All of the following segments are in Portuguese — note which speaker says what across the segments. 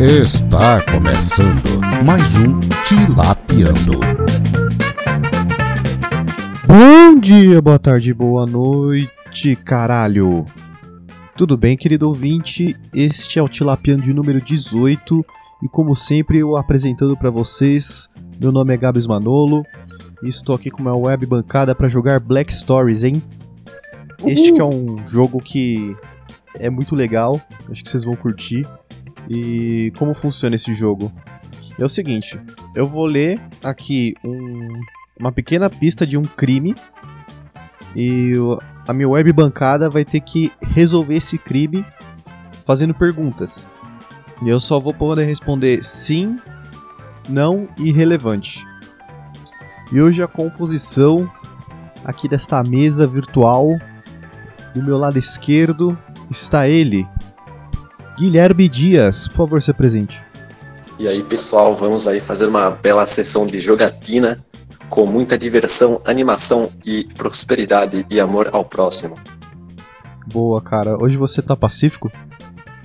Speaker 1: Está começando mais um Tilapiando.
Speaker 2: Bom dia, boa tarde, boa noite, caralho! Tudo bem, querido ouvinte? Este é o Tilapiano de número 18 e, como sempre, eu apresentando para vocês, meu nome é Gabs Manolo e estou aqui com uma web bancada para jogar Black Stories, hein? Este que é um jogo que é muito legal, acho que vocês vão curtir. E como funciona esse jogo? É o seguinte, eu vou ler aqui um- uma pequena pista de um crime e o- a minha web bancada vai ter que resolver esse crime fazendo perguntas. E eu só vou poder responder sim, não e relevante. E hoje a composição aqui desta mesa virtual, do meu lado esquerdo, está ele, Guilherme Dias, por favor, se presente.
Speaker 3: E aí, pessoal, vamos aí fazer uma bela sessão de jogatina com muita diversão, animação e prosperidade e amor ao próximo.
Speaker 2: Boa, cara. Hoje você tá pacífico?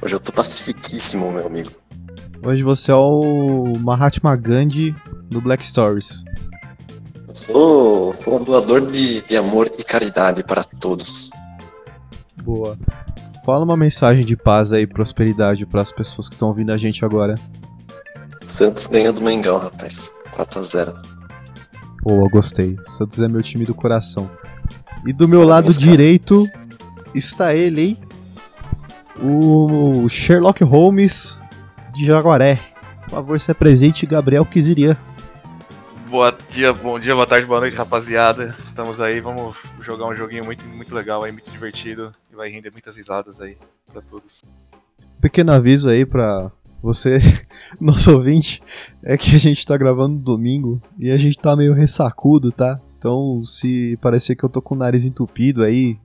Speaker 3: Hoje eu tô pacifiquíssimo, meu amigo.
Speaker 2: Hoje você é o Mahatma Gandhi do Black Stories.
Speaker 3: Eu sou, sou um doador de, de amor e caridade para todos.
Speaker 2: Boa. Fala uma mensagem de paz aí, prosperidade para as pessoas que estão ouvindo a gente agora.
Speaker 3: Santos ganha do Mengão, rapaz. 4x0.
Speaker 2: Boa, gostei. Santos é meu time do coração. E do meu lado
Speaker 3: Parabéns, cara.
Speaker 2: direito está ele, hein? O Sherlock Holmes de Jaguaré. Por favor, se apresente, Gabriel Quisirian.
Speaker 4: Boa dia, bom dia, boa tarde, boa noite, rapaziada. Estamos aí, vamos jogar um joguinho muito, muito legal aí, muito divertido. E vai render muitas risadas aí pra todos.
Speaker 2: Um pequeno aviso aí pra você, nosso ouvinte, é que a gente tá gravando no domingo e a gente tá meio ressacudo, tá? Então, se parecer que eu tô com o nariz entupido aí,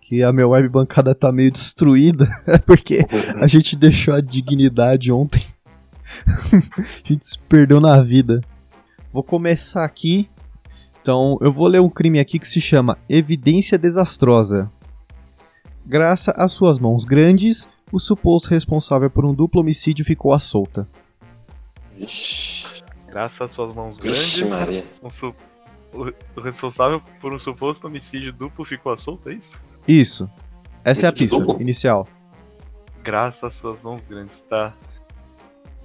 Speaker 2: que a minha web bancada tá meio destruída, é porque a gente deixou a dignidade ontem. a gente se perdeu na vida. Vou começar aqui. Então, eu vou ler um crime aqui que se chama Evidência Desastrosa. Graça às suas mãos grandes, o suposto responsável por um duplo homicídio ficou à solta.
Speaker 3: Ixi,
Speaker 4: Graças às suas mãos
Speaker 3: Ixi
Speaker 4: grandes,
Speaker 3: Maria.
Speaker 4: um su- o- o responsável por um suposto homicídio duplo ficou à solta, é isso?
Speaker 2: Isso. Essa é a
Speaker 3: Isso de
Speaker 2: pista
Speaker 3: duplo?
Speaker 2: inicial.
Speaker 4: Graças às suas mãos grandes, tá?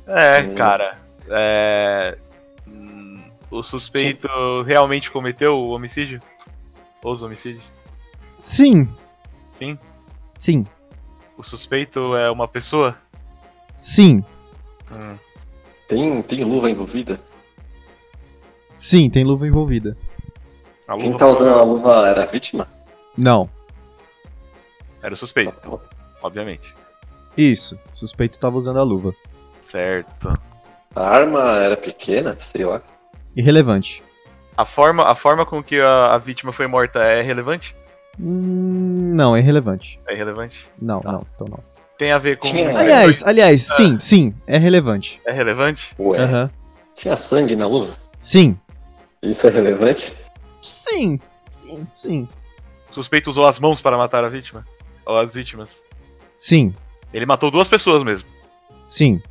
Speaker 4: É,
Speaker 3: Hum.
Speaker 4: cara. É. hum, O suspeito realmente cometeu o homicídio? Os homicídios?
Speaker 2: Sim,
Speaker 4: Sim.
Speaker 2: sim,
Speaker 4: O suspeito é uma pessoa?
Speaker 2: sim,
Speaker 4: Hum.
Speaker 3: Tem, tem luva envolvida?
Speaker 2: sim, tem luva envolvida.
Speaker 4: A luva
Speaker 3: Quem tá usando a luva era a vítima? Ah,
Speaker 2: Não,
Speaker 4: Era o suspeito,
Speaker 3: tá.
Speaker 4: obviamente.
Speaker 2: isso. O suspeito tava usando a luva.
Speaker 4: Certo.
Speaker 3: A arma era pequena? Sei lá.
Speaker 2: Irrelevante.
Speaker 4: A forma, a forma com que a, a vítima foi morta é relevante?
Speaker 2: Hum, não, é irrelevante.
Speaker 4: É relevante.
Speaker 2: Não,
Speaker 4: Tá. É,
Speaker 2: não, então não.
Speaker 4: Tem a ver com.
Speaker 3: Tinha-
Speaker 2: Aliás, aliás, sim, sim, é relevante.
Speaker 4: É relevante?
Speaker 3: Ué,
Speaker 2: Aham.
Speaker 3: tinha sangue na luva?
Speaker 2: Sim.
Speaker 3: Isso é relevante?
Speaker 2: Sim, sim, sim.
Speaker 4: O suspeito usou as mãos para matar a vítima? Ou as vítimas?
Speaker 2: Sim,
Speaker 4: Ele matou duas pessoas mesmo.
Speaker 2: sim.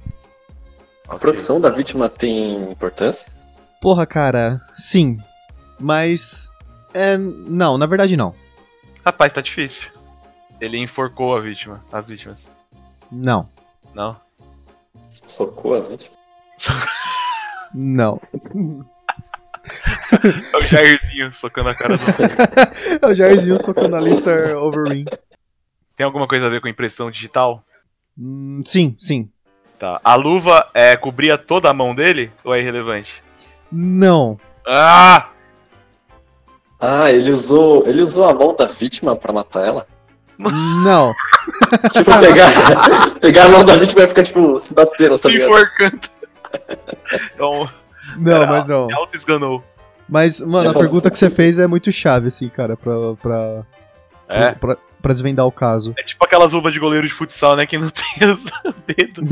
Speaker 3: A profissão da vítima tem importância?
Speaker 2: Porra, cara, sim. Mas. É. Não, na verdade não.
Speaker 4: Rapaz, tá difícil. Ele enforcou a vítima, as vítimas.
Speaker 2: Não.
Speaker 4: Não?
Speaker 3: Socou as vítimas?
Speaker 2: Não.
Speaker 4: É o Jairzinho socando a cara do.
Speaker 2: É o Jairzinho socando a Lister Overeem.
Speaker 4: Tem alguma coisa a ver com impressão digital?
Speaker 2: Hum, sim, sim.
Speaker 4: Tá. A luva é, cobria toda a mão dele ou é irrelevante?
Speaker 2: Não.
Speaker 4: Ah!
Speaker 3: Ah, ele usou, ele usou a mão da vítima pra matar ela?
Speaker 2: Não.
Speaker 3: Tipo, pegar, pegar a mão da vítima e ficar, tipo, se batendo, tá
Speaker 4: Se
Speaker 3: ligado?
Speaker 4: enforcando. é Então,
Speaker 2: Não, mas não.
Speaker 4: se
Speaker 3: Hum.
Speaker 4: auto-esganou.
Speaker 2: Mas, mano, a pergunta que você fez é muito chave, assim, cara, pra. pra,
Speaker 4: É.
Speaker 2: pra, pra desvendar o caso.
Speaker 4: É tipo aquelas luvas de goleiro de futsal, né? Que não tem os dedos.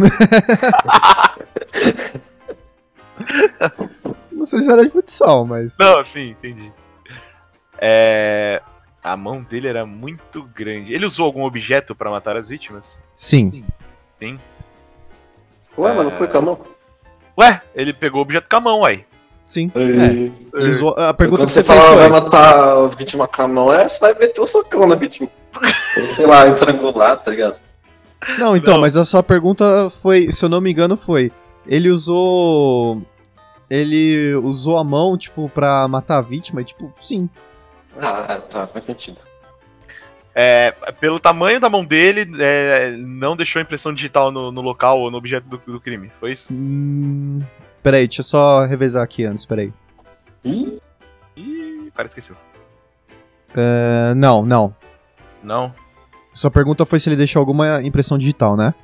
Speaker 2: Não sei se era de futsal, mas.
Speaker 4: Não, sim, entendi. É. A mão dele era muito grande. Ele usou algum objeto pra matar as vítimas?
Speaker 2: Sim.
Speaker 4: Sim.
Speaker 3: Ué, mas não foi com a mão?
Speaker 4: Ué, ele pegou o objeto com a mão aí.
Speaker 2: Sim.
Speaker 3: E-
Speaker 2: Eles vo- a pergunta
Speaker 3: Quando
Speaker 2: que
Speaker 3: você
Speaker 2: É. você fez
Speaker 3: fala vai
Speaker 2: foi.
Speaker 3: matar a vítima com a mão, é, você vai meter o socão na vítima. Ou sei lá, estrangular, tá ligado?
Speaker 2: Não, então,
Speaker 4: Não.
Speaker 2: mas a sua pergunta foi, se eu não me engano, foi. Ele usou. Ele usou a mão, tipo, pra matar a vítima? E, tipo, sim.
Speaker 3: Ah, tá, faz sentido.
Speaker 4: É, pelo tamanho da mão dele, é, não deixou impressão digital no, no local ou no objeto do, do crime. Foi isso?
Speaker 2: Hum, peraí, deixa eu só revezar aqui antes, peraí.
Speaker 3: Ih,
Speaker 4: Ih, o cara esqueceu.
Speaker 2: Ah, não, não.
Speaker 4: Não.
Speaker 2: Sua pergunta foi se ele deixou alguma impressão digital, né?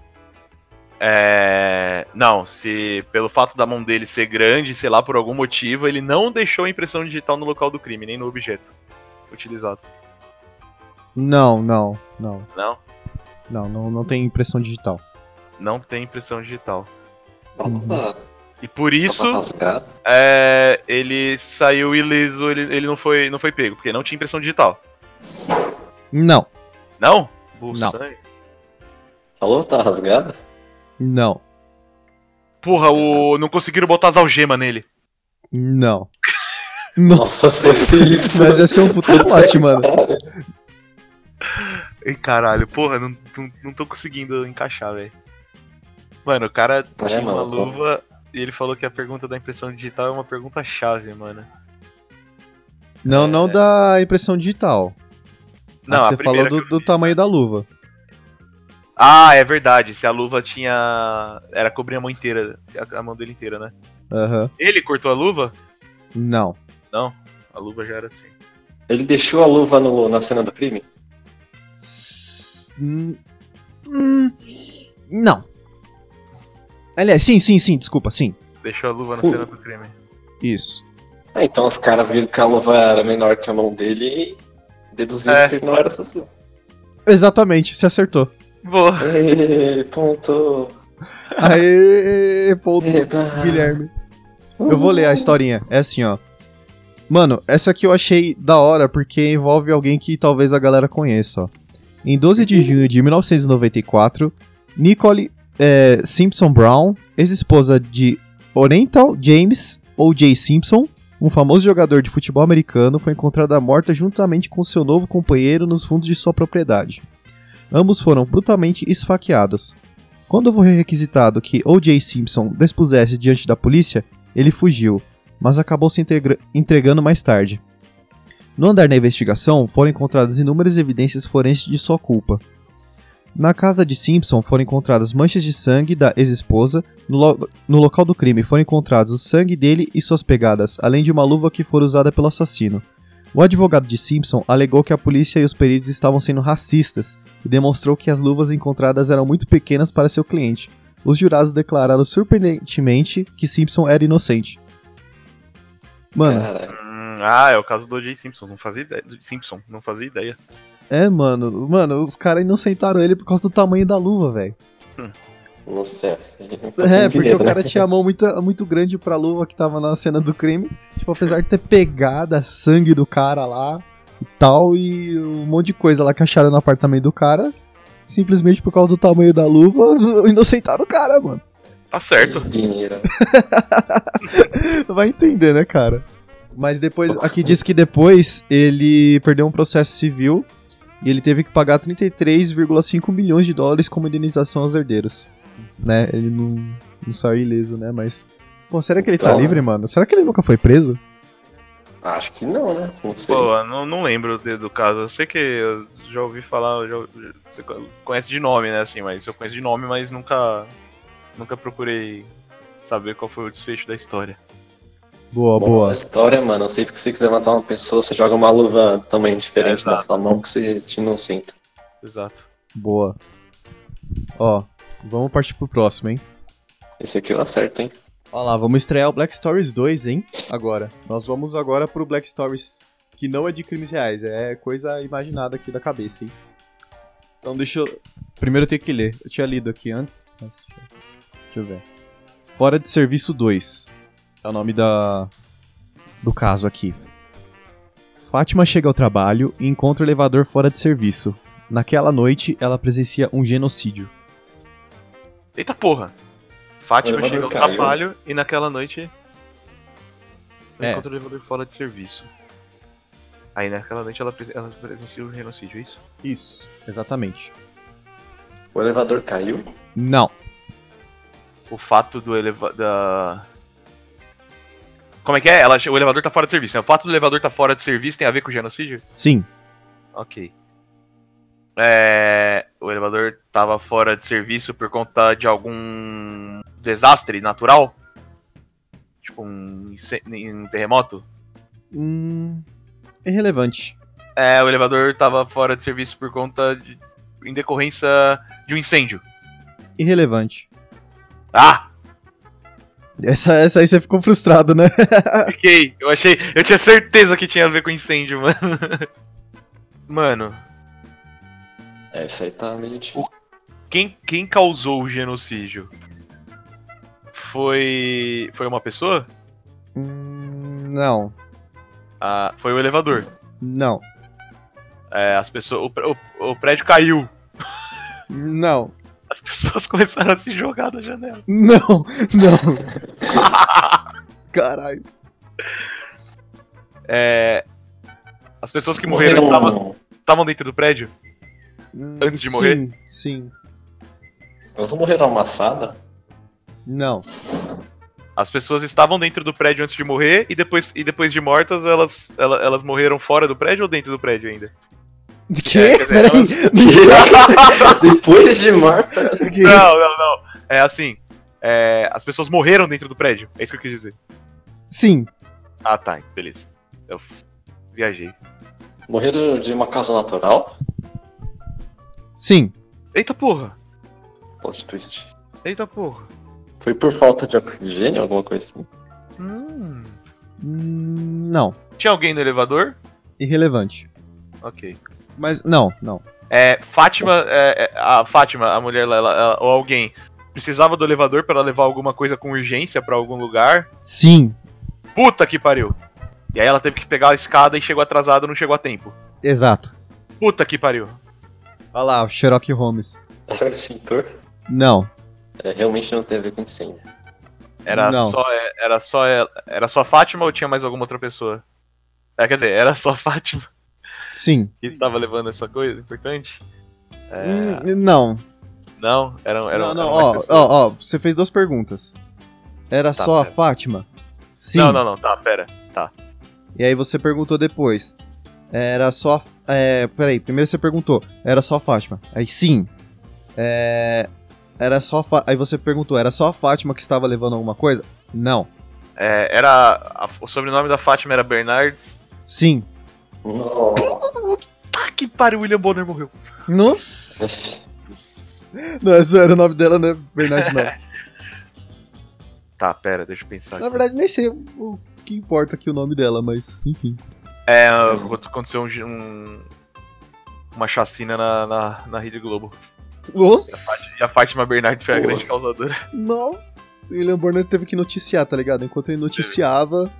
Speaker 4: É, não, se pelo fato da mão dele ser grande, sei lá, por algum motivo, ele não deixou impressão digital no local do crime, nem no objeto utilizado.
Speaker 2: Não, não, não.
Speaker 4: Não?
Speaker 2: Não, não, não tem impressão digital.
Speaker 4: Não tem impressão digital.
Speaker 2: Hum.
Speaker 3: opa,
Speaker 4: E por isso,
Speaker 3: tava rasgado.
Speaker 4: é, ele saiu ileso, ele, ele não, foi, não foi pego, porque não tinha impressão digital.
Speaker 2: Não,
Speaker 4: Não?
Speaker 2: Não.
Speaker 4: sangue.
Speaker 3: Falou, tá rasgado?
Speaker 2: não,
Speaker 4: Porra, o... não conseguiram botar as algemas nele.
Speaker 2: não. Nossa,
Speaker 3: Nossa, se fosse isso.
Speaker 2: mas ia ser um puta plot, mano.
Speaker 4: Ei, caralho, porra, não, não, não tô conseguindo encaixar, velho. Mano, o cara tinha uma
Speaker 3: mano, pô.
Speaker 4: luva e ele falou que a pergunta da impressão digital é uma pergunta chave, mano.
Speaker 2: Não, não
Speaker 4: É.
Speaker 2: dá impressão digital. A
Speaker 4: Não,
Speaker 2: Ah, que
Speaker 4: a
Speaker 2: você falou
Speaker 4: primeira
Speaker 2: do,
Speaker 4: que eu
Speaker 2: do tamanho da luva.
Speaker 4: Ah, é verdade, se a luva tinha. Era cobrir a mão inteira, a- a mão dele inteira, né?
Speaker 2: Aham.
Speaker 4: Ele cortou a luva?
Speaker 2: Não.
Speaker 4: A luva já era assim.
Speaker 3: Ele deixou a luva no- na cena do crime?
Speaker 2: S- hum, hum, Não. Aliás, sim, sim, sim, desculpa, sim.
Speaker 4: Deixou a luva na
Speaker 3: Sim.
Speaker 4: cena do crime.
Speaker 2: Isso.
Speaker 3: Ah, então os caras viram que a luva era menor que a mão dele e deduziram
Speaker 4: É.
Speaker 3: que ele não era assassino.
Speaker 2: Exatamente, você acertou.
Speaker 4: Boa.
Speaker 3: Ê, ponto.
Speaker 2: Aê, ponto
Speaker 3: Eba.
Speaker 2: Guilherme. Eu vou ler a historinha. É assim, ó. Mano, essa aqui eu achei da hora porque envolve alguém que talvez a galera conheça, ó. Em 12 de junho de 1994, Nicole eh, Simpson Brown, ex-esposa de Oriental James ou Jay Simpson, um famoso jogador de futebol americano, foi encontrada morta juntamente com seu novo companheiro nos fundos de sua propriedade. Ambos foram brutalmente esfaqueados. Quando foi requisitado que O.J. Simpson despusesse diante da polícia, ele fugiu, mas acabou se integra- entregando mais tarde. No andar da investigação, foram encontradas inúmeras evidências forenses de sua culpa. Na casa de Simpson foram encontradas manchas de sangue da ex-esposa. No, lo- no local do crime foram encontrados o sangue dele e suas pegadas, além de uma luva que foi usada pelo assassino. O advogado de Simpson alegou que a polícia e os peritos estavam sendo racistas e demonstrou que as luvas encontradas eram muito pequenas para seu cliente. Os jurados declararam surpreendentemente que Simpson era inocente. Mano,
Speaker 3: Caralho.
Speaker 4: Hum, ah, é o caso do O.J. Simpson, não fazia ideia. do Simpson, não fazia ideia.
Speaker 2: é, mano, mano, os caras inocentaram ele por causa do tamanho da luva, velho.
Speaker 3: Não sei.
Speaker 2: É, porque o cara tinha a mão muito, muito grande pra luva que tava na cena do crime. Tipo, apesar de ter pegada sangue do cara lá e tal, e um monte de coisa lá que acharam no apartamento do cara. Simplesmente por causa do tamanho da luva, inocentaram o cara, mano.
Speaker 4: Tá
Speaker 2: é
Speaker 4: certo.
Speaker 3: Dinheiro.
Speaker 2: Vai entender, né, cara? Mas depois, aqui diz que depois ele perdeu um processo civil e ele teve que pagar 33,5 milhões de dólares como indenização aos herdeiros. Né? Ele não, não saiu ileso, né? Mas. Pô, será que ele tá
Speaker 3: Então-
Speaker 2: livre, mano? Será que ele nunca foi preso?
Speaker 3: Acho que não, né? Não sei.
Speaker 4: Pô, não, não lembro de- do caso. Eu sei que eu já ouvi falar, eu já, você co- conhece de nome, né, assim, mas eu conheço de nome, mas nunca nunca procurei saber qual foi o desfecho da história.
Speaker 2: Boa,
Speaker 3: Bom,
Speaker 2: boa.
Speaker 3: A história, mano, eu sei que se você quiser matar uma pessoa, você joga uma luva também diferente
Speaker 4: É,
Speaker 3: na sua mão que você te não senta.
Speaker 4: Exato.
Speaker 2: Boa. Ó, vamos partir pro próximo, hein?
Speaker 3: Esse aqui eu acerto, hein?
Speaker 2: Ó lá, vamos estrear o Black Stories 2, hein? Agora. Nós vamos agora pro Black Stories, que não é de crimes reais, é coisa imaginada aqui da cabeça, hein? Então deixa eu. Primeiro eu tenho que ler. Eu tinha lido aqui antes. mas deixa eu- deixa eu ver. Fora de Serviço 2. É o nome da. do caso aqui. Fátima chega ao trabalho e encontra o elevador fora de serviço. Naquela noite, ela presencia um genocídio.
Speaker 4: Eita porra! Fátima
Speaker 3: elevador
Speaker 4: chega ao
Speaker 3: caiu.
Speaker 4: um trabalho e naquela noite ela
Speaker 2: É.
Speaker 4: encontra o elevador fora de serviço. Aí naquela noite ela, presen- ela presencia o genocídio, é isso?
Speaker 2: Isso, exatamente.
Speaker 3: O elevador caiu.
Speaker 2: Não.
Speaker 4: O fato do elevador. Da... Como é que é? Ela, che- o elevador tá fora de serviço, né? O fato do elevador tá fora de serviço tem a ver com o genocídio?
Speaker 2: Sim.
Speaker 4: Ok. É, o elevador tava fora de serviço por conta de algum desastre natural? Tipo um, incê- um terremoto?
Speaker 2: Hum. Irrelevante.
Speaker 4: É, o elevador tava fora de serviço por conta de. em decorrência de um incêndio.
Speaker 2: Irrelevante.
Speaker 4: Ah!
Speaker 2: Essa, essa aí você ficou frustrado, né?
Speaker 4: Fiquei! Eu achei. Eu tinha certeza que tinha a ver com incêndio, mano. Mano,
Speaker 3: Essa aí tá meio difícil.
Speaker 4: quem, quem causou o genocídio? Foi. Foi uma pessoa?
Speaker 2: Hum, não.
Speaker 4: Ah, foi o elevador.
Speaker 2: Não.
Speaker 4: É, as pessoas. O, pré- o- o prédio caiu.
Speaker 2: Não.
Speaker 4: As pessoas começaram a se jogar da janela.
Speaker 2: Não. Não. Caralho.
Speaker 4: É. As pessoas que morreram estavam-
Speaker 3: um-
Speaker 4: estavam dentro do prédio?
Speaker 2: Hum,
Speaker 4: Antes de morrer?
Speaker 2: Sim, sim.
Speaker 3: Elas não morreram amassada?
Speaker 2: Não.
Speaker 4: As pessoas estavam dentro do prédio antes de morrer e depois, e depois de mortas elas, ela- elas, morreram fora do prédio ou dentro do prédio ainda?
Speaker 2: De
Speaker 4: É,
Speaker 2: quê?
Speaker 4: quer dizer,
Speaker 2: Peraí.
Speaker 3: Depois de morta?
Speaker 2: De quê?
Speaker 4: Não, não, não. É assim. é, as pessoas morreram dentro do prédio. É isso que eu quis dizer.
Speaker 2: Sim.
Speaker 4: Ah, tá. Beleza. Eu f- viajei.
Speaker 3: Morreram de uma causa natural?
Speaker 2: Sim.
Speaker 4: Eita porra!
Speaker 3: Plot twist.
Speaker 4: Eita porra!
Speaker 3: Foi por falta de oxigênio, alguma coisa assim?
Speaker 4: Hum.
Speaker 2: Hum, Não.
Speaker 4: Tinha alguém no elevador?
Speaker 2: Irrelevante.
Speaker 4: Ok.
Speaker 2: Mas não, não.
Speaker 4: É, Fátima, é, é, a Fátima, a mulher lá, ela- ela- ou alguém, precisava do elevador pra ela levar alguma coisa com urgência pra algum lugar?
Speaker 2: Sim.
Speaker 4: Puta que pariu. E aí ela teve que pegar a escada e chegou atrasada, não chegou a tempo.
Speaker 2: Exato.
Speaker 4: Puta que pariu.
Speaker 2: Olha lá, o Sherlock Holmes.
Speaker 3: Era um extintor?
Speaker 2: Não.
Speaker 3: É, realmente não tem a ver com incêndio.
Speaker 4: Era
Speaker 2: Não.
Speaker 4: só é, era só ela- era só a Fátima ou tinha mais alguma outra pessoa? É, quer dizer, era só a Fátima
Speaker 2: Sim.
Speaker 4: que tava levando essa coisa importante? É,
Speaker 2: Hum, Não.
Speaker 4: Não, eram eram,
Speaker 2: não, não,
Speaker 4: eram mais
Speaker 2: ó,
Speaker 4: pessoas.
Speaker 2: ó, ó, você fez duas perguntas. Era
Speaker 4: Tá,
Speaker 2: só a
Speaker 4: pera.
Speaker 2: Fátima? Sim.
Speaker 4: Não, não, não, tá, pera.
Speaker 2: E aí você perguntou depois. Era só. a- É, peraí, primeiro você perguntou, era só a Fátima. Aí sim. É, era só a Fa- Aí você perguntou, era só a Fátima que estava levando alguma coisa? Não.
Speaker 4: É, era a- o sobrenome da Fátima era Bernardes.
Speaker 2: Sim.
Speaker 3: Nossa.
Speaker 4: Tá que pariu, William Bonner morreu.
Speaker 2: Nossa! Não, esse era o nome dela, né? Bernardes não.
Speaker 4: Tá, pera, deixa eu pensar.
Speaker 2: Na
Speaker 4: aqui.
Speaker 2: verdade, nem sei o que importa aqui o nome dela, mas enfim.
Speaker 4: É,
Speaker 2: né?
Speaker 4: aconteceu um, um- uma chacina na, na, na Rede Globo. E É a
Speaker 2: Nossa!
Speaker 4: Fátima Bernardes foi a
Speaker 3: Porra.
Speaker 4: grande causadora.
Speaker 2: Nossa! William Bonner teve que noticiar, tá ligado? Enquanto ele noticiava,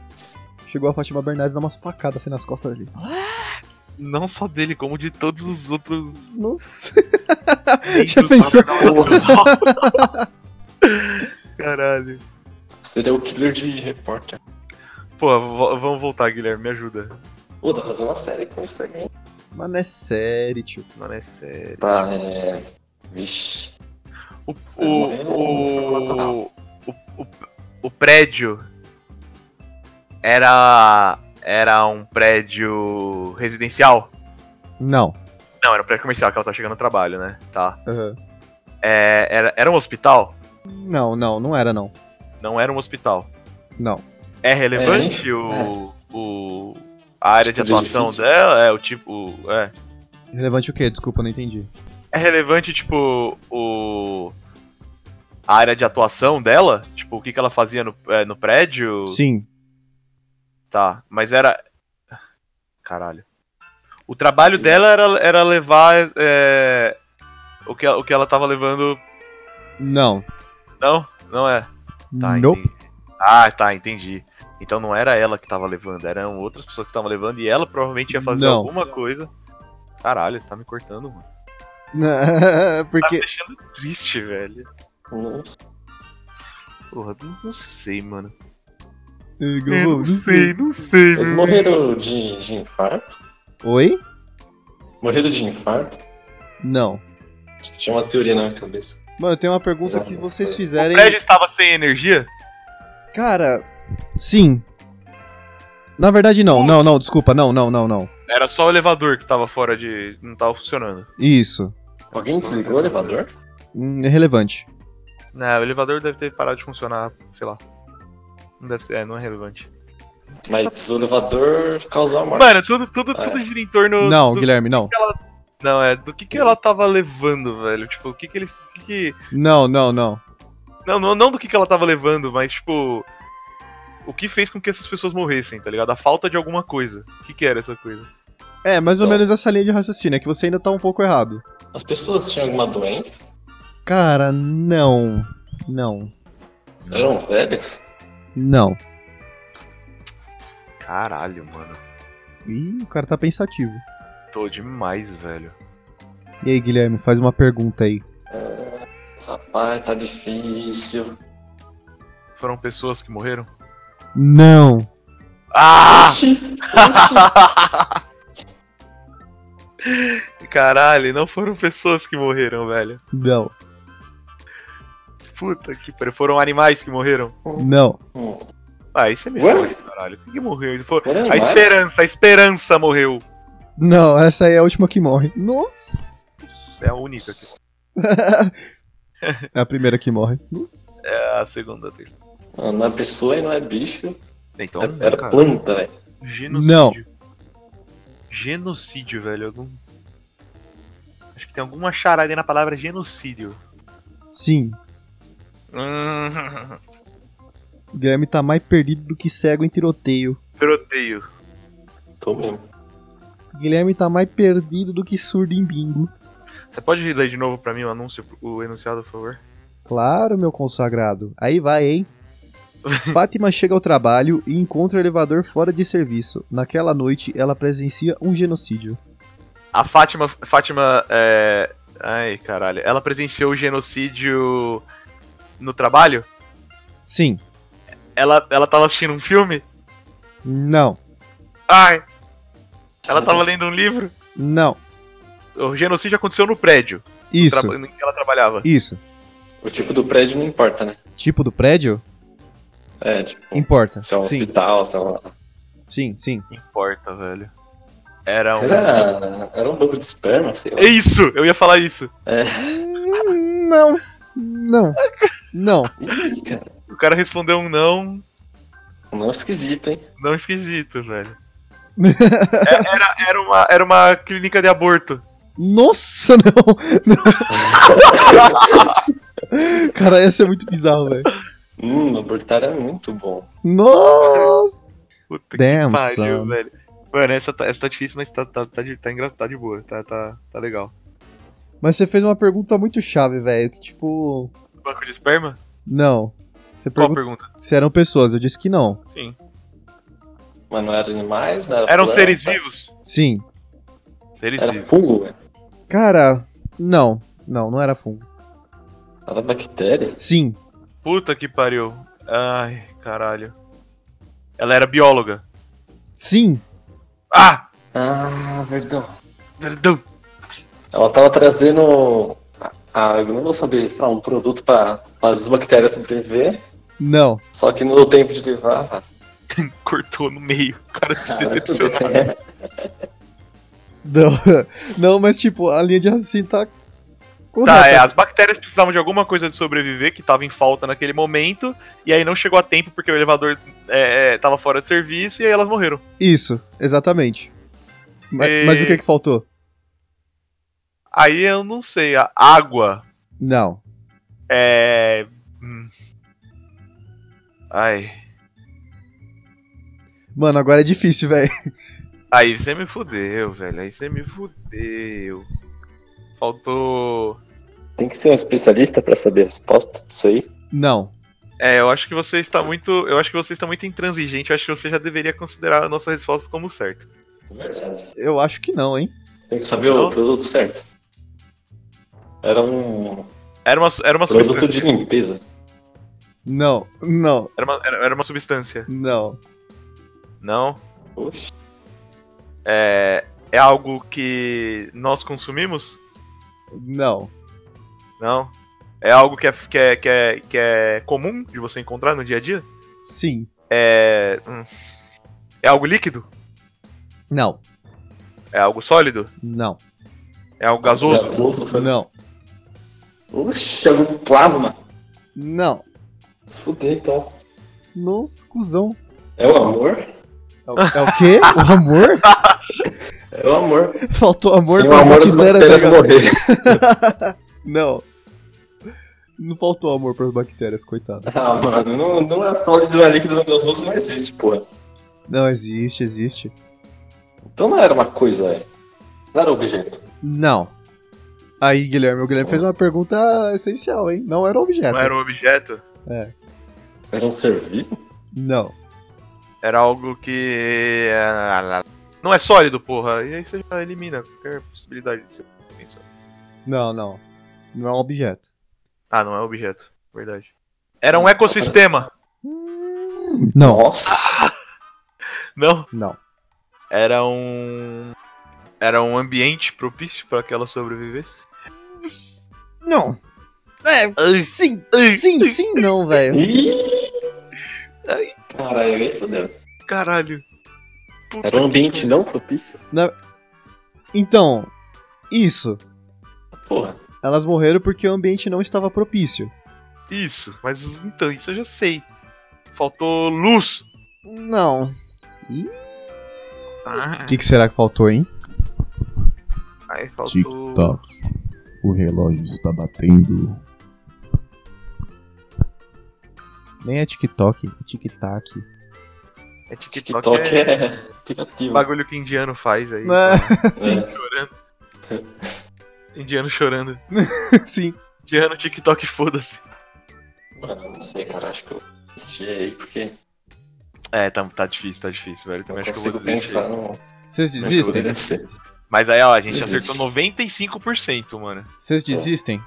Speaker 2: chegou a Fátima Bernardes e dá umas facadas assim nas costas dele.
Speaker 4: Não só dele, como de todos os outros.
Speaker 2: Nossa!
Speaker 4: membros
Speaker 2: Já
Speaker 4: do
Speaker 2: pensou?
Speaker 4: Panorama Nacional. Caralho.
Speaker 3: Seria o killer de repórter.
Speaker 4: Pô, vo- vamos voltar, Guilherme, me ajuda.
Speaker 3: Pô, dá pra fazer uma série com isso aí. hein?
Speaker 2: Mano, é sério, tio.
Speaker 4: Mano, é sério.
Speaker 3: Tá, é. Vixe.
Speaker 4: O.
Speaker 3: Mas
Speaker 4: O.
Speaker 3: morreu,
Speaker 4: O,
Speaker 3: morreu.
Speaker 4: o, o, o prédio. Era. Era um prédio residencial?
Speaker 2: Não.
Speaker 4: Não, era um prédio comercial que ela tá chegando no trabalho, né? Tá. É, era, era um hospital?
Speaker 2: Não, não, não era não.
Speaker 4: Não era um hospital.
Speaker 2: Não.
Speaker 4: É relevante o. o. a área
Speaker 3: Tipo
Speaker 4: de
Speaker 3: É. de
Speaker 4: atuação
Speaker 3: edifício?
Speaker 4: dela? É, o tipo. o- É.
Speaker 2: Relevante o quê? Desculpa, não entendi.
Speaker 4: É relevante, tipo, o. A área de atuação dela? Tipo, o que, que ela fazia no, é, no prédio?
Speaker 2: Sim.
Speaker 4: Tá, mas era. Caralho. O trabalho dela era, era levar. é, o, que, ela- o que ela tava levando.
Speaker 2: Não.
Speaker 4: Não, não é. Tá,
Speaker 2: nope.
Speaker 4: entendi. Ah, tá, entendi. Então não era ela que tava levando, eram outras pessoas que estavam levando e ela provavelmente ia fazer
Speaker 2: Não.
Speaker 4: alguma coisa. Caralho, você tá me cortando, mano.
Speaker 2: Porque
Speaker 4: Tá me deixando triste, velho.
Speaker 3: Nossa.
Speaker 4: Porra, não, não sei, mano.
Speaker 2: É,
Speaker 4: Eu
Speaker 2: Galvão,
Speaker 4: não sei, não sei,
Speaker 3: Eles
Speaker 4: velho.
Speaker 3: morreram de, de infarto?
Speaker 2: Oi?
Speaker 3: Morreram de infarto?
Speaker 2: Não.
Speaker 3: Tinha uma teoria na minha cabeça.
Speaker 2: Mano, tem uma pergunta que
Speaker 3: Nossa.
Speaker 2: vocês
Speaker 4: O
Speaker 2: fizerem.
Speaker 4: prédio estava sem energia?
Speaker 2: Cara, sim. Na verdade, não, não, não, desculpa, não, não, não, não.
Speaker 4: Era só o elevador que tava fora de. não tava funcionando.
Speaker 2: Isso.
Speaker 3: Alguém desligou o elevador?
Speaker 2: Hum, É relevante.
Speaker 4: Não, o elevador deve ter parado de funcionar, sei lá. Não deve ser, é, não é relevante.
Speaker 3: Mas o elevador causou a morte.
Speaker 4: Mano, tudo, tudo, tudo gira em torno.
Speaker 2: É. Não,
Speaker 4: do...
Speaker 2: Guilherme, não.
Speaker 4: Não, é, do que que ela tava levando, velho? Tipo, o que que eles. o que que-
Speaker 2: Não, não, não.
Speaker 4: Não, não, não do que que ela tava levando, mas tipo. O que fez com que essas pessoas morressem, tá ligado? A falta de alguma coisa. O que que era essa coisa?
Speaker 2: É, mais ou
Speaker 3: Então.
Speaker 2: menos essa linha de raciocínio, é que você ainda tá um pouco errado.
Speaker 3: As pessoas tinham alguma doença?
Speaker 2: Cara, não. Não.
Speaker 3: Eram velhas?
Speaker 2: Não.
Speaker 4: Caralho, mano.
Speaker 2: Ih, o cara tá pensativo.
Speaker 4: Tô demais, velho.
Speaker 2: E aí, Guilherme, faz uma pergunta aí.
Speaker 3: Rapaz, tá difícil.
Speaker 4: Foram pessoas que morreram?
Speaker 2: Não.
Speaker 4: Ah!
Speaker 3: Ixi,
Speaker 4: Caralho, não foram pessoas que morreram, velho.
Speaker 2: Não.
Speaker 4: Puta que pariu. Foram animais que morreram?
Speaker 2: Não.
Speaker 4: Ah, isso é me
Speaker 3: Ué?
Speaker 4: fode, caralho. Quem que morreu? For-
Speaker 3: Foram
Speaker 4: A
Speaker 3: animais?
Speaker 4: esperança, a esperança morreu.
Speaker 2: Não, essa aí é a última que morre. Nossa!
Speaker 4: É a única que
Speaker 2: É a primeira que morre. Nossa.
Speaker 4: É a segunda, a terceira.
Speaker 3: Não não é pessoa e não é bicho. é,
Speaker 4: Então,
Speaker 3: Era- Era
Speaker 4: cara,
Speaker 3: planta, né? velho.
Speaker 4: genocídio. Genocídio, velho. Algum... Acho que tem alguma charada aí na palavra genocídio.
Speaker 2: Sim,
Speaker 4: Hum,
Speaker 2: o Guilherme tá mais perdido do que cego em tiroteio.
Speaker 4: Tiroteio.
Speaker 3: Tô Então, mesmo.
Speaker 2: O Guilherme tá mais perdido do que surdo em bingo.
Speaker 4: Você pode ler de novo pra mim o anúncio, o enunciado, por favor?
Speaker 2: Claro, meu consagrado. Aí vai, hein? Fátima chega ao trabalho e encontra o elevador fora de serviço. Naquela noite, ela presencia um genocídio.
Speaker 4: A Fátima. Fátima. É... Ai, caralho. Ela presenciou o genocídio no trabalho?
Speaker 2: Sim.
Speaker 4: Ela, ela tava assistindo um filme?
Speaker 2: Não.
Speaker 4: Ai! Ela tava lendo um livro?
Speaker 2: Não.
Speaker 4: O genocídio aconteceu no prédio
Speaker 2: Isso.
Speaker 4: traba- em que ela trabalhava.
Speaker 2: Isso.
Speaker 3: O tipo do prédio não importa, né?
Speaker 2: Tipo do prédio?
Speaker 3: É, tipo,
Speaker 2: Importa.
Speaker 3: se é um
Speaker 2: Sim,
Speaker 3: hospital, se é uma...
Speaker 2: sim, sim.
Speaker 4: Não importa, velho. Era um.
Speaker 3: Era, era um banco de esperma, sei lá.
Speaker 4: É isso! Eu ia falar isso.
Speaker 2: Não. Não. Não.
Speaker 3: Ih, cara,
Speaker 4: O cara respondeu um não,
Speaker 3: não é esquisito, hein?
Speaker 4: não esquisito, velho. É- era, era, uma, era uma clínica de aborto.
Speaker 2: Nossa, não! Não. Cara, essa é muito bizarro, velho.
Speaker 3: Hum, abortar é muito bom.
Speaker 2: Nossa!
Speaker 4: Puta
Speaker 2: Damn,
Speaker 4: que pariu,
Speaker 2: son.
Speaker 4: velho. Mano, essa tá, essa tá difícil, mas tá, tá, tá, de, tá engraçado, tá de boa, tá, tá, tá legal.
Speaker 2: Mas você fez uma pergunta muito chave, velho. Que tipo.
Speaker 4: Banco de esperma?
Speaker 2: Não. Você
Speaker 4: Qual a
Speaker 2: perguntou
Speaker 4: pergunta?
Speaker 2: se eram pessoas. Eu disse que não.
Speaker 4: Sim.
Speaker 3: Mas não era animais, não era
Speaker 4: Eram
Speaker 3: planta,
Speaker 4: seres vivos?
Speaker 2: Sim.
Speaker 4: Seres
Speaker 3: Era
Speaker 4: vivos.
Speaker 3: fungo, velho.
Speaker 2: Cara, não. Não, não era fungo.
Speaker 3: Era bactéria.
Speaker 2: Sim.
Speaker 4: Puta que pariu. Ai, caralho. Ela era bióloga.
Speaker 2: Sim.
Speaker 4: Ah!
Speaker 3: Ah, verdão.
Speaker 4: Perdão!
Speaker 3: Ela tava trazendo... Ah, eu não vou saber, sei lá, um produto pra fazer as bactérias sobreviver.
Speaker 2: Não.
Speaker 3: Só que não deu tempo de levar.
Speaker 4: Cortou no meio. O cara se
Speaker 3: Cara,
Speaker 4: decepcionou.
Speaker 3: é.
Speaker 2: Não, não mas tipo, a linha de raciocínio tá.
Speaker 4: Tá, é,
Speaker 2: Correta.
Speaker 4: as bactérias precisavam de alguma coisa de sobreviver que tava em falta naquele momento, e aí não chegou a tempo porque o elevador é, é, tava fora de serviço e aí elas morreram.
Speaker 2: Isso, exatamente. Ma-
Speaker 4: E-
Speaker 2: Mas o que que faltou?
Speaker 4: Aí eu não sei, a água
Speaker 2: Não.
Speaker 4: é. hum. Ai.
Speaker 2: Mano, agora é difícil, velho.
Speaker 4: Aí você me fudeu, velho. Aí você me fudeu. Faltou.
Speaker 3: Tem que ser um especialista pra saber a resposta disso aí.
Speaker 2: Não.
Speaker 4: É, eu acho que você está muito. Eu acho que você está muito intransigente. Eu acho que você já deveria considerar a nossa resposta como certa.
Speaker 3: Verdade.
Speaker 2: Eu acho que não, hein?
Speaker 3: Tem que saber o produto certo. Era um
Speaker 4: Era uma, su- era uma
Speaker 3: produto
Speaker 4: substância.
Speaker 3: de limpeza.
Speaker 2: Não, não,
Speaker 4: Era uma, era, era uma substância.
Speaker 2: não.
Speaker 4: Não?
Speaker 3: Oxi.
Speaker 4: É, é algo que nós consumimos?
Speaker 2: Não,
Speaker 4: Não? É algo que é, que é, que é, que é comum de você encontrar no dia a dia?
Speaker 2: sim,
Speaker 4: É. hum. É algo líquido?
Speaker 2: não,
Speaker 4: É algo sólido?
Speaker 2: não,
Speaker 4: É algo gasoso?
Speaker 3: Gasoso.
Speaker 2: não,
Speaker 3: Oxi, é um plasma.
Speaker 2: não.
Speaker 3: Se fuder, então.
Speaker 2: Nossa, cuzão.
Speaker 3: É o amor?
Speaker 2: É o, é o quê? O amor?
Speaker 3: É o amor.
Speaker 2: Faltou amor
Speaker 3: Sem o
Speaker 2: pra
Speaker 3: amor, as
Speaker 2: bactéria, tá
Speaker 3: bactérias
Speaker 2: ligado?
Speaker 3: morrer.
Speaker 2: Não. Não faltou amor pras bactérias, coitado.
Speaker 3: Ah, mano, não, não é sólido, não é líquido, não é gasoso, não existe, pô.
Speaker 2: Não, existe, existe.
Speaker 3: Então não era uma coisa, é. Não era objeto.
Speaker 2: Não. Aí, Guilherme, o Guilherme fez uma pergunta essencial, hein? Não era objeto.
Speaker 4: Não era um objeto?
Speaker 3: Era um ser vivo?
Speaker 2: Não.
Speaker 4: Era algo que. é, Não é sólido, porra. E aí você já elimina qualquer possibilidade de ser. sólido.
Speaker 2: Não, não. Não é um objeto.
Speaker 4: Ah, não é objeto. Verdade. Era um ecossistema.
Speaker 2: Não,
Speaker 3: Nossa!
Speaker 4: Não.
Speaker 2: não.
Speaker 4: Era um. Era um ambiente propício pra que ela sobrevivesse.
Speaker 2: Não. É, sim, sim, sim, não, velho.
Speaker 3: Ih!
Speaker 4: Ai.
Speaker 3: Caralho, aí fodeu.
Speaker 4: Caralho. Puta
Speaker 3: Era um
Speaker 4: que
Speaker 3: ambiente não propício?
Speaker 2: Então, isso.
Speaker 3: Porra.
Speaker 2: Elas morreram porque o ambiente não estava propício.
Speaker 4: Isso, mas então, isso eu já sei. Faltou luz.
Speaker 2: Não.
Speaker 4: Ah,
Speaker 2: O que, que será que faltou, hein?
Speaker 4: Ai, faltou.
Speaker 1: Tic-tac. O relógio está batendo.
Speaker 2: Nem é TikTok, é tic-tac.
Speaker 4: É TikTok,
Speaker 3: TikTok
Speaker 4: é,
Speaker 3: é aplicativo. É.
Speaker 4: bagulho que indiano faz
Speaker 2: Né?
Speaker 4: aí. tá
Speaker 2: sim,
Speaker 4: Chorando. indiano chorando.
Speaker 2: sim.
Speaker 4: Indiano TikTok, foda-se.
Speaker 3: Mano, eu não sei, cara. Acho que eu desisti aí porque
Speaker 4: É, tá, tá difícil, tá difícil, velho.
Speaker 3: não
Speaker 4: Também acho que eu
Speaker 3: consigo
Speaker 4: vou desistir.
Speaker 3: pensar no. no que
Speaker 2: Vocês desistem?
Speaker 3: poderia ser.
Speaker 4: Mas aí, ó, a gente
Speaker 3: Desisto.
Speaker 4: acertou 95%, mano.
Speaker 2: Vocês desistem?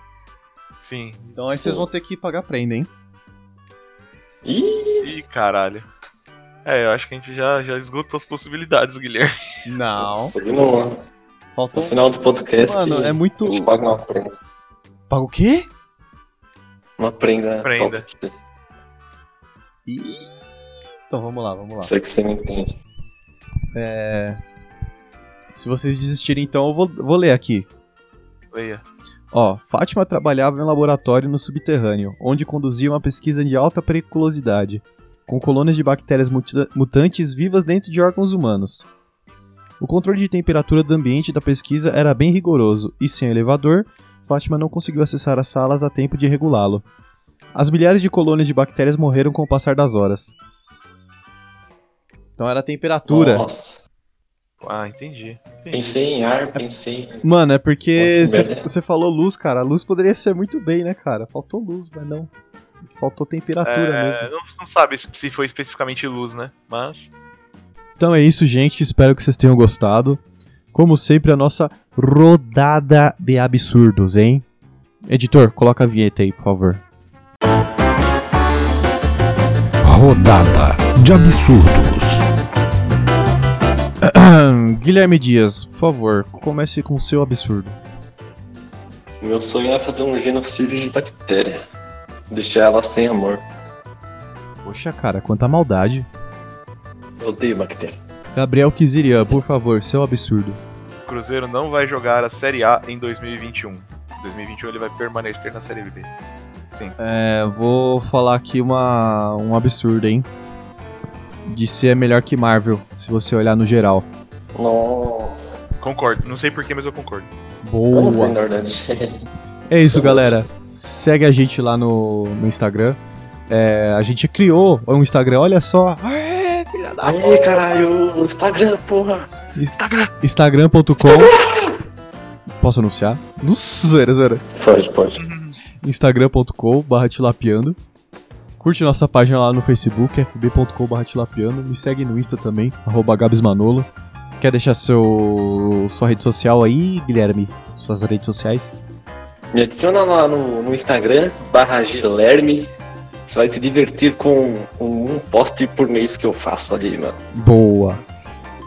Speaker 4: Sim.
Speaker 2: Então aí vocês vão ter que pagar prenda, hein?
Speaker 3: Ih,
Speaker 4: Ih, caralho. É, eu acho que a gente já, já esgotou as possibilidades, Guilherme.
Speaker 2: Não.
Speaker 3: nossa, no, no
Speaker 2: Faltou.
Speaker 3: final do podcast.
Speaker 2: Mano, é muito.
Speaker 3: Eu te pago uma prenda.
Speaker 2: Paga o quê?
Speaker 3: Uma prenda.
Speaker 4: Prenda.
Speaker 3: top.
Speaker 2: Ih. Então vamos lá, vamos lá.
Speaker 3: Sei que você não entende.
Speaker 2: É... Se vocês desistirem, então, eu vou, vou ler aqui.
Speaker 4: Leia.
Speaker 2: Ó, Fátima trabalhava em um laboratório no subterrâneo, onde conduzia uma pesquisa de alta periculosidade, com colônias de bactérias muti- mutantes vivas dentro de órgãos humanos. O controle de temperatura do ambiente da pesquisa era bem rigoroso, e sem elevador, Fátima não conseguiu acessar as salas a tempo de regulá-lo. As milhares de colônias de bactérias morreram com o passar das horas. Então era a temperatura.
Speaker 3: Nossa.
Speaker 4: Ah, entendi. entendi.
Speaker 3: Pensei em ar, pensei em.
Speaker 2: Mano, é porque
Speaker 3: Nossa, merda.
Speaker 2: você falou luz, cara. A luz poderia ser muito bem, né, cara? Faltou luz, mas não. Faltou temperatura
Speaker 4: É,
Speaker 2: mesmo.
Speaker 4: Não, não sabe se- se foi especificamente luz, né? Mas.
Speaker 2: Então é isso, gente. Espero que vocês tenham gostado. Como sempre, a nossa rodada de absurdos, hein? Editor, coloca a vinheta aí, por favor.
Speaker 1: Rodada de absurdos.
Speaker 2: Guilherme Dias, por favor, comece com o seu absurdo.
Speaker 3: Meu sonho é fazer um genocídio de bactéria. Deixar ela sem amor.
Speaker 2: Poxa, cara, quanta maldade.
Speaker 3: Eu odeio bactéria.
Speaker 2: Gabriel Kizirian, por favor, seu absurdo.
Speaker 4: O Cruzeiro não vai jogar a Série A em 2021. Em 2021 ele vai permanecer na Série B.
Speaker 2: É, vou falar aqui uma, um absurdo, hein? DC é melhor que Marvel, se você olhar no geral.
Speaker 3: Nossa.
Speaker 4: Concordo. Não sei porquê, mas eu concordo.
Speaker 3: Eu não sei,
Speaker 2: Boa!
Speaker 3: na verdade.
Speaker 2: É isso, galera. Segue a gente lá no, no Instagram. É, a gente criou um Instagram, olha só.
Speaker 3: Aê, caralho! Instagram, porra!
Speaker 2: Instagram.com. Posso anunciar? Nossa, zoeira, zoeira.
Speaker 3: Pode, pode.
Speaker 2: instagram.com barra tilapiando. Curte nossa página lá no Facebook, fb.com barra tilapiando. Me segue no Insta também, arroba gabsmanolo. Quer deixar seu, sua rede social aí, Guilherme? Suas redes sociais?
Speaker 3: Me adiciona lá no, no Instagram, barra Guilherme Você vai se divertir com um post por mês que eu faço ali, mano.
Speaker 2: Boa.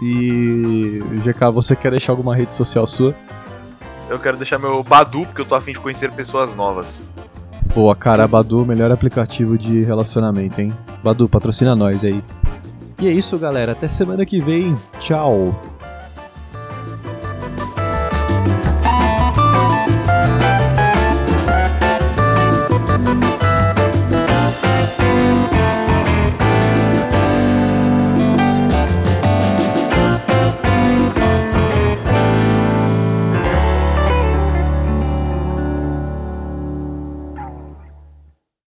Speaker 2: E GK, você quer deixar alguma rede social sua?
Speaker 4: Eu quero deixar meu Badu, porque eu tô afim de conhecer pessoas novas.
Speaker 2: Boa, cara, Badu, melhor aplicativo de relacionamento, hein? Badu, patrocina nós aí. E é isso, galera. Até semana que vem. Tchau.